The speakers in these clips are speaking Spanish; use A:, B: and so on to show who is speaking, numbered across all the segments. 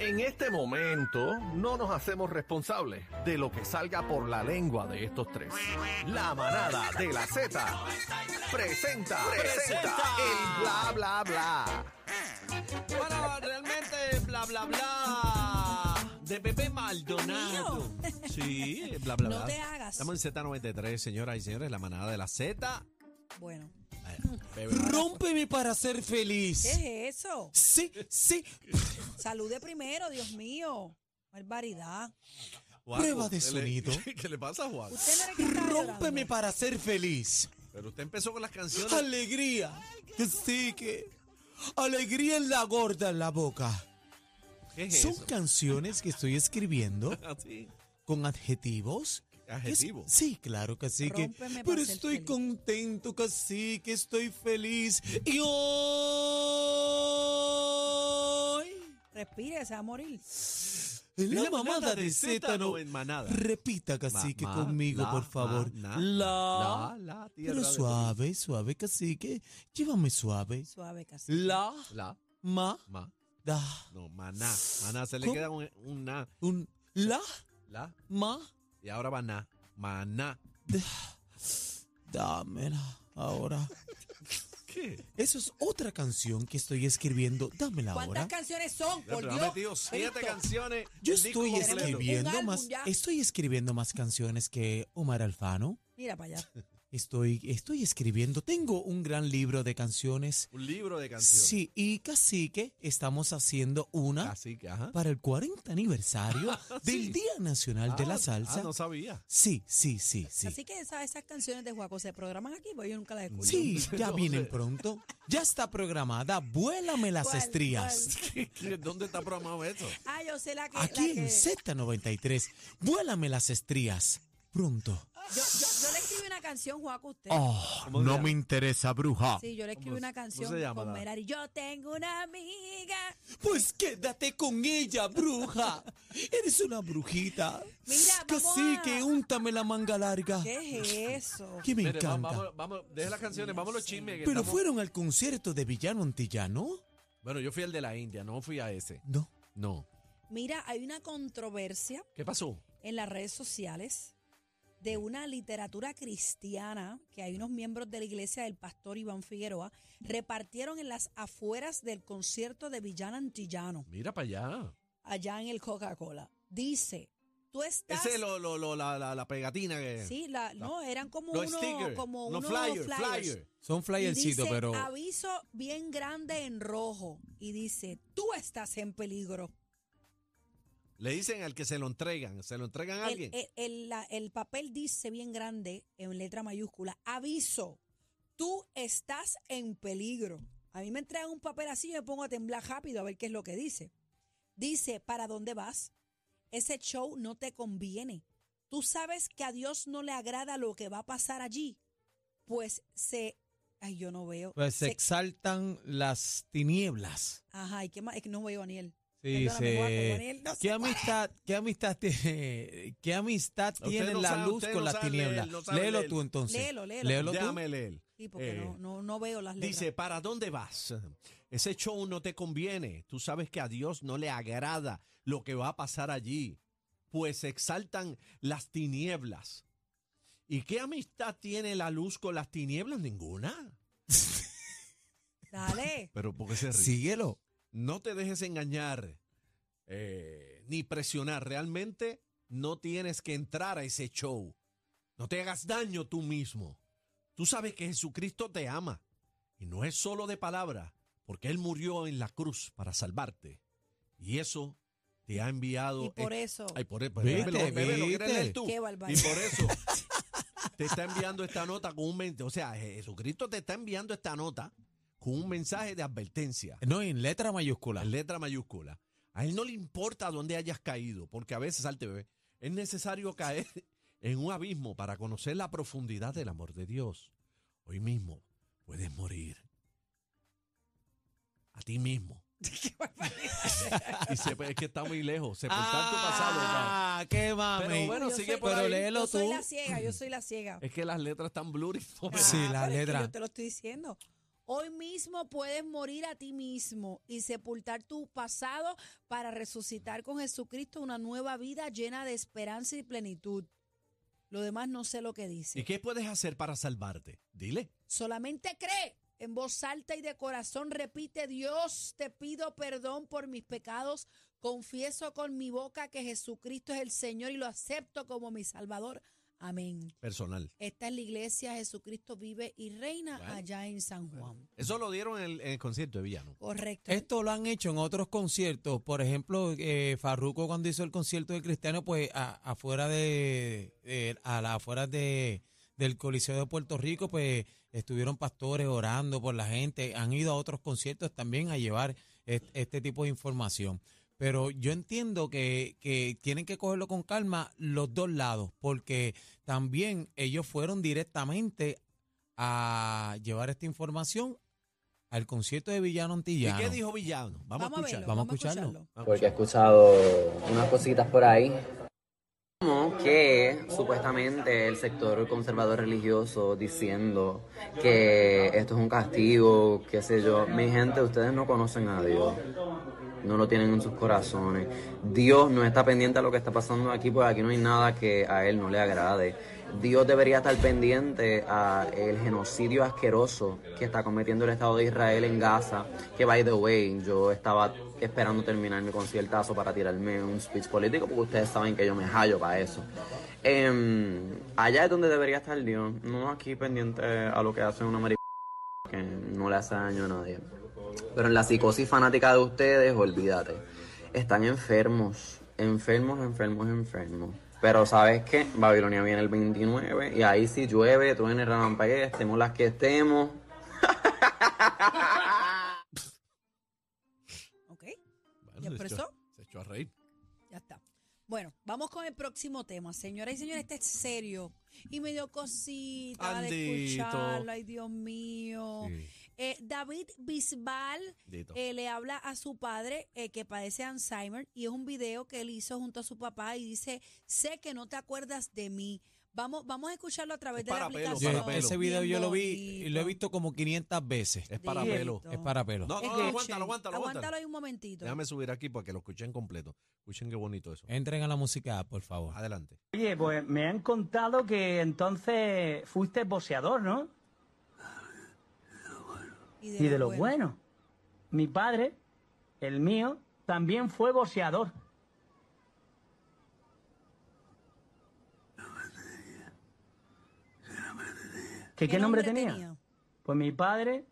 A: En este momento no nos hacemos responsables de lo que salga por la lengua de estos tres. La manada de la Z presenta, presenta el bla bla bla.
B: Bueno, realmente, bla, bla, bla. De Pepe Maldonado. Sí, bla, bla, bla.
C: No te hagas.
B: Estamos en Z93, señoras y señores, la manada de la Z.
C: Bueno,
B: Bebe.
D: Rómpeme para ser feliz.
C: ¿qué es eso?
D: Sí, sí.
C: Salude primero, Dios mío. Barbaridad.
B: Juaco,
D: Prueba de
B: ¿qué le-
D: sonido.
B: ¿Qué le pasa, Juan?
C: Usted no era que estaba
D: Rómpeme
C: llorando.
D: para ser feliz.
B: Pero usted empezó con las canciones.
D: Alegría. Sí que. Alegría en la gorda en la boca.
B: ¿Qué es
D: Son
B: eso?
D: canciones que estoy escribiendo
B: Así.
D: con adjetivos.
B: Adjetivo.
D: Es- Sí, claro, cacique.
C: Rómpeme para
D: Pero
C: ser
D: estoy
C: feliz.
D: contento, cacique, estoy feliz. Y hoy.
C: Respire, se va a morir.
D: La,
B: La manada
D: mamada
B: de
D: de
B: Zeta
D: Z
B: no
D: no.
B: en manada.
D: Repita, cacique,
B: Ma- ma-
D: conmigo,
B: la-
D: por
B: ma-
D: favor.
B: na-
D: la.
B: La, la, tierra
D: Pero
B: de-
D: suave, suave, cacique. Llévame suave.
C: Suave, casi.
D: La.
B: La,
D: Ma.
B: ma.
D: Da.
B: No, maná. Maná, se le
D: ¿Cómo?
B: queda un, un na.
D: Un. La.
B: La.
D: Ma.
B: Y ahora va na. Maná.
D: Dámela. Ahora.
B: ¿Qué?
D: Eso es otra canción que estoy escribiendo. Dámela
C: ¿Cuántas
D: ahora.
C: canciones son?
B: Ya,
C: Por
B: pero ha
C: Dios.
B: metido siete
C: Cristo.
B: canciones.
D: Yo
B: el disco
D: estoy
B: completo.
C: Un
D: escribiendo
C: álbum
D: más.
C: ya.
D: Estoy escribiendo más canciones que Omar Alfano.
C: Mira para allá.
D: Estoy, estoy escribiendo. Tengo un gran libro de canciones.
B: Un libro de canciones.
D: Sí, ¿ah? y cacique estamos haciendo una.
B: Así que, ajá.
D: para el 40 aniversario
B: Ah, Sí.
D: del Día Nacional de
B: Ah,
D: la Salsa.
B: Ah, no sabía.
D: Sí, sí, sí, sí.
C: Así que esas, esas canciones de Juaco se programan aquí, porque yo nunca las escucho.
D: Sí, ya
B: No
D: vienen
B: sé.
D: pronto. Ya está programada Vuélame las
C: ¿Cuál,
D: estrías.
B: ¿Dónde está programado eso?
C: Ah, yo sé la que. la
D: Aquí en
C: que-
D: Z93, Vuélame las estrías. Pronto.
C: Yo, yo, yo le escribí una canción, Juaco, a usted.
D: Oh,
B: ¿Cómo
D: no
B: se
D: me interesa, bruja.
C: Sí, yo le escribí
B: Ah. ¿Cómo-
C: una
B: cómo se
C: canción
B: llama
C: con
B: la-
C: Merari. Yo tengo una amiga.
D: Pues quédate con ella, bruja. Eres una brujita.
C: Mira, vamos
D: Así
C: a-
D: que úntame la manga larga.
B: Ah.
C: ¿Qué es eso?
D: Que me
B: Mire, va-
D: encanta.
B: vamos, vamos, deja las canciones, vamos a los chismes. que
D: Pero
B: estamos-
D: fueron al concierto de Villano Antillano.
B: Bueno, yo fui al de la India, no fui a ese.
D: No.
B: No.
C: Mira, hay una controversia
B: ¿Qué pasó?
C: en las redes sociales de una literatura cristiana que hay unos miembros de la iglesia del pastor Iván Figueroa repartieron en las afueras del concierto de Villana Antillano,
B: Mira para allá.
C: allá en el Coca-Cola. Dice, tú estás...
B: Ese es lo, lo, lo- la, la, la pegatina que.
C: sí, la- no, eran como
B: Los
C: unos,
B: stickers.
C: como
B: los
C: unos
B: flyers.
C: flyers.
B: Flyer.
D: Son
C: Y
D: flyercito,
C: dice,
D: pero.
C: aviso bien grande en rojo. Y dice, tú estás en peligro.
B: Le dicen al que se lo entregan. Se lo entregan a
C: El-
B: alguien.
C: El, el- la- el papel dice bien grande, en letra mayúscula, aviso, tú estás en peligro. A mí me entregan un papel así, yo me pongo a temblar rápido a ver qué es lo que dice. Dice, ¿para dónde vas? Ese show no te conviene. Tú sabes que a Dios no le agrada lo que va a pasar allí. Pues se... Ay, yo no veo.
D: Pues se
C: Se-
D: exaltan las tinieblas.
C: Ajá, ¿y qué más? Es que no veo a Aniel.
D: Sí,
C: Perdóname, Juaco,
D: se-
C: Daniel, no sé
D: ¿Qué
C: cuál.
D: amistad, qué amistad, tiene- qué amistad
B: Usted
D: tiene
B: no
D: la
B: sabe,
D: luz
B: usted
D: con
B: no
D: las
B: sabe leer,
D: tinieblas?
B: no sabe
D: léelo
B: leer.
D: tú entonces.
C: Léelo, léelo.
D: Léelo tú.
B: Déjame leer.
C: Sí, porque
B: Eh,
C: no, no, no veo las letras.
B: Dice, ¿para dónde vas? Ese show no te conviene. Tú sabes que a Dios no le agrada lo que va a pasar allí, pues se exaltan las tinieblas. ¿Y qué amistad tiene la luz con las tinieblas? Ninguna.
C: Dale.
B: Pero porque se ríe?
D: Síguelo.
B: No te dejes engañar eh, ni presionar. Realmente no tienes que entrar a ese show. No te hagas daño tú mismo. Tú sabes que Jesucristo te ama. Y no es solo de palabra, porque Él murió en la cruz para salvarte. Y eso te ha enviado...
C: Y por
B: ex-
C: eso...
B: Ay, por eso.
D: Viste,
B: quieres
D: viste.
B: leer tú.
C: Qué
B: Y
C: barbaridad.
B: por eso te está enviando esta nota con un mensaje. O sea, Jesucristo te está enviando esta nota con un mensaje de advertencia.
D: No, en letra mayúscula.
B: En letra mayúscula. A él no le importa dónde hayas caído, porque a veces, salte bebé, es necesario caer en un abismo para conocer la profundidad del amor de Dios. Hoy mismo puedes morir. A ti mismo.
C: Qué barbaridad.
B: Y se- es que está muy lejos. Sepultar tu pasado. pa.
D: Ah, qué mami.
B: Pero bueno,
C: Yo
B: sigue
C: soy-
B: por
D: pero
B: ahí.
D: léelo
C: yo soy
D: tú.
C: la ciega, yo soy la ciega.
B: Es que las letras están blurry. no me-
D: Sí,
C: Ah,
D: la
C: pero es que
D: letra.
C: Yo te lo estoy diciendo. Hoy mismo puedes morir a ti mismo y sepultar tu pasado para resucitar con Jesucristo una nueva vida llena de esperanza y plenitud. Lo demás no sé lo que dice.
B: ¿Y qué puedes hacer para salvarte? Dile.
C: Solamente cree. En voz alta y de corazón repite, Dios, te pido perdón por mis pecados. Confieso con mi boca que Jesucristo es el Señor y lo acepto como mi Salvador. Amén.
B: Personal.
C: Esta es la iglesia Jesucristo vive y reina
B: Bueno, Eh,
C: allá en San Juan.
B: Eso lo dieron en el, en el concierto de Villano.
C: Correcto.
D: Esto lo han hecho en otros conciertos. Por ejemplo, eh, Farruko cuando hizo el concierto de Cristiano, pues a- afuera de, de- a las afueras de del Coliseo de Puerto Rico, pues estuvieron pastores orando por la gente. Han ido a otros conciertos también a llevar es- este tipo de información. Pero yo entiendo que, que tienen que cogerlo con calma los dos lados, porque también ellos fueron directamente a llevar esta información al concierto de Villano
B: ¿Y
D: Antillano.
B: qué dijo Villano? Vamos, a
C: verlo,
B: escuchar.
D: vamos a escucharlo.
E: porque he escuchado unas cositas por ahí. Como que supuestamente el sector conservador religioso diciendo que esto es un castigo, qué sé yo. Mi gente, ustedes no conocen a Dios. No lo tienen en sus corazones. Dios no está pendiente a lo que está pasando aquí, porque aquí no hay nada que a Él no le agrade. Dios debería estar pendiente a el genocidio asqueroso que está cometiendo el Estado de Israel en Gaza. Que, by the way, yo estaba esperando terminar mi conciertazo para tirarme un speech político, porque ustedes saben que yo me hallo para eso. Em, allá es donde debería estar Dios, no aquí pendiente a lo que hace una mariposa que no le hace daño a nadie. Pero en la psicosis fanática de ustedes, olvídate. Están enfermos, enfermos, enfermos, enfermos. Pero sabes qué, Babilonia viene el 29 y ahí si llueve, tú en el relampaguea, estemos las que estemos.
C: ¿Ok? ¿Ya
B: Bueno, se
C: expresó?
B: echó- Se echó a reír.
C: Ya está. Bueno, vamos con el próximo tema, señoras y señores. Este es serio y me dio cosita de
B: Andito.
C: escucharlo. Ay, Dios mío.
B: Sí.
C: Eh, David Bisbal
B: Dito.
C: eh, le habla a su padre eh, que padece Alzheimer y es un video que él hizo junto a su papá y dice, sé que no te acuerdas de mí. Vamos, vamos a escucharlo a través
B: Es
C: de la
B: para pelo,
D: Yo-
C: aplicación.
B: para
D: ese
B: pelo.
D: video
C: Bien
D: yo lo vi y lo he
C: bonito.
D: visto como 500 veces.
B: es para
C: Dito.
B: pelo.
D: Es para pelo.
B: No, no,
C: Escuchen.
B: aguántalo, aguántalo,
C: Aguántalo
B: aguántalo.
C: ahí un momentito.
B: Déjame subir aquí para que lo escuchen completo. Escuchen qué bonito eso.
D: Entren a la música, por favor.
B: Adelante.
F: Oye, pues me han contado que entonces fuiste boxeador, ¿no? Y de lo bueno. Mi padre, el mío, también fue boxeador. ¿Qué, qué nombre tenía? Pues mi padre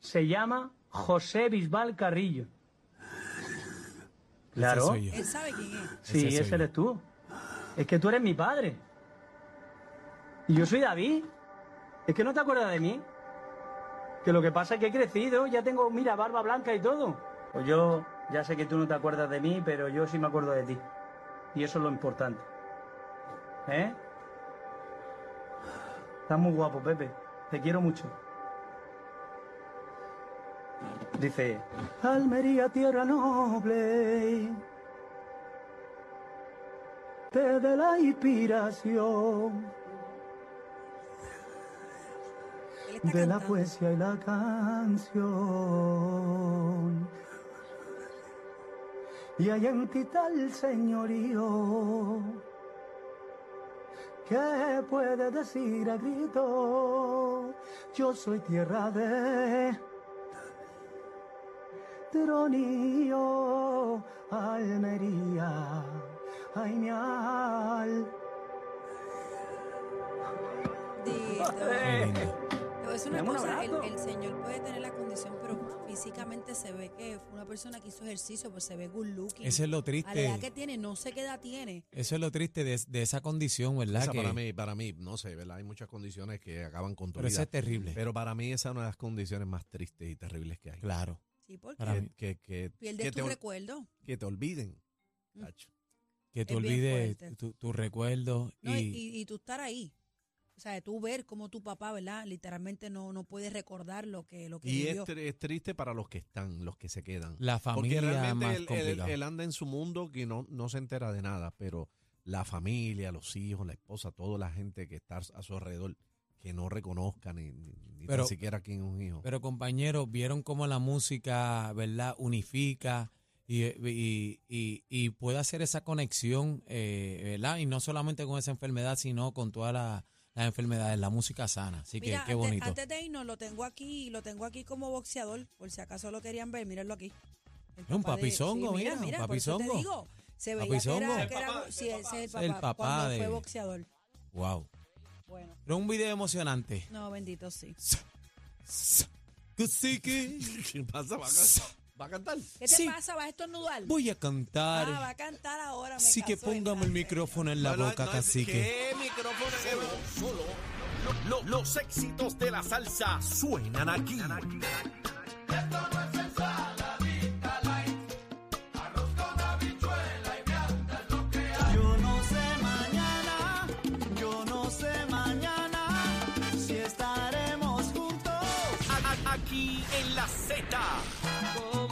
F: se llama José Bisbal Carrillo. Claro.
D: Ese soy yo.
C: Él sabe quién es.
F: Sí,
D: Ese soy
F: ese,
D: yo.
F: eres tú. Es que tú eres mi padre. Y yo soy David. Es que no te acuerdas de mí. Que lo que pasa es que he crecido, ya tengo, mira, barba blanca y todo. Pues yo ya sé que tú no te acuerdas de mí, pero yo sí me acuerdo de ti. Y eso es lo importante. ¿Eh? Estás muy guapo, Pepe. Te quiero mucho. Dice, Almería, tierra noble te de la inspiración
C: Él está
F: de la pues.
C: cantando.
F: poesía y la canción. Y hay en ti tal señorío que puede decir a grito, yo soy tierra de Tronío, Almería, ay mi al.
C: Dito.
D: Qué lindo.
C: Te voy a decir una
F: Dame un
C: cosa, el,
F: abrazo.
C: el señor puede tener la condición, pero físicamente se ve que fue una persona que hizo ejercicio, pues se ve good looking.
D: Eso es lo
C: A la edad que
D: triste.
C: tiene, no sé qué edad tiene.
D: Eso es lo triste de, de esa condición, ¿verdad?
B: Esa
D: Que-
B: para mí, para mí, no sé, ¿verdad? Hay muchas condiciones que acaban con tu
D: pero eso
B: vida.
D: es terrible.
B: Pero para mí esa es una de las condiciones más tristes y terribles que hay.
D: claro.
C: Sí, porque
D: Para
B: Que-
D: mí.
B: que, que- que
C: pierdes
B: te,
C: tu
B: ol-
C: recuerdo.
B: que te olviden.
C: Mm.
B: Tacho.
D: Que tú
C: Es bien
D: olvides
C: fuerte.
D: tu, tu recuerdo
C: ¿no? Y,
D: y,
C: y tú estar ahí. O sea, de tú ver cómo tu papá, ¿verdad? Literalmente no, no puede recordar lo que, lo que
B: Y es,
D: este
C: vivió.
B: tri- es triste para los que están, los que se quedan.
D: La
B: Porque
D: familia
B: realmente
D: más
B: él, él-
D: complicada.
B: él anda en su mundo que no, no se entera de nada, pero la familia, los hijos, la esposa, toda la gente que está a su alrededor, que no reconozca ni, ni- ni
D: Pero-
B: tan siquiera quién es un hijo.
D: Pero compañeros, vieron cómo la música, ¿verdad? Unifica y, y- y- y puede hacer esa conexión, eh, ¿verdad? Y no solamente con esa enfermedad, sino con todas la- las enfermedades, la música sana. Así que
C: Mira,
D: qué
C: antes-
D: bonito.
C: Antes, de irnos, lo tengo aquí, lo tengo aquí como boxeador, por si acaso lo querían ver, mírenlo aquí. El
D: Es un
C: papá de-
D: papizongo, mira, un
C: por eso te
D: papizongo.
C: digo, se veía que
D: Papizongo.
C: era,
D: El
C: que era- sí, ese es el papá,
D: el papá
C: cuando
D: de-
C: fue boxeador.
D: Wow.
C: Bueno,
D: Pero un video emocionante.
C: no, bendito sí.
B: ¿Qué pasa? ¿Va a, va a cantar?
C: ¿Qué te
D: Sí.
C: pasa? ¿Vas a estornudar?
D: Voy a
C: Ah, va
D: cantar.
C: a cantar ahora. me
D: Así que
C: caso en
D: póngame el
C: la-
D: micrófono en la
B: No, no,
D: boca,
B: no,
D: cacique.
B: ¿Qué micrófono que va?
A: Solo lo- lo- los éxitos de la salsa suenan aquí.
G: Yo no sé mañana, yo no sé mañana si estaremos juntos.
A: A- a- Aquí en la Z.
G: Oh,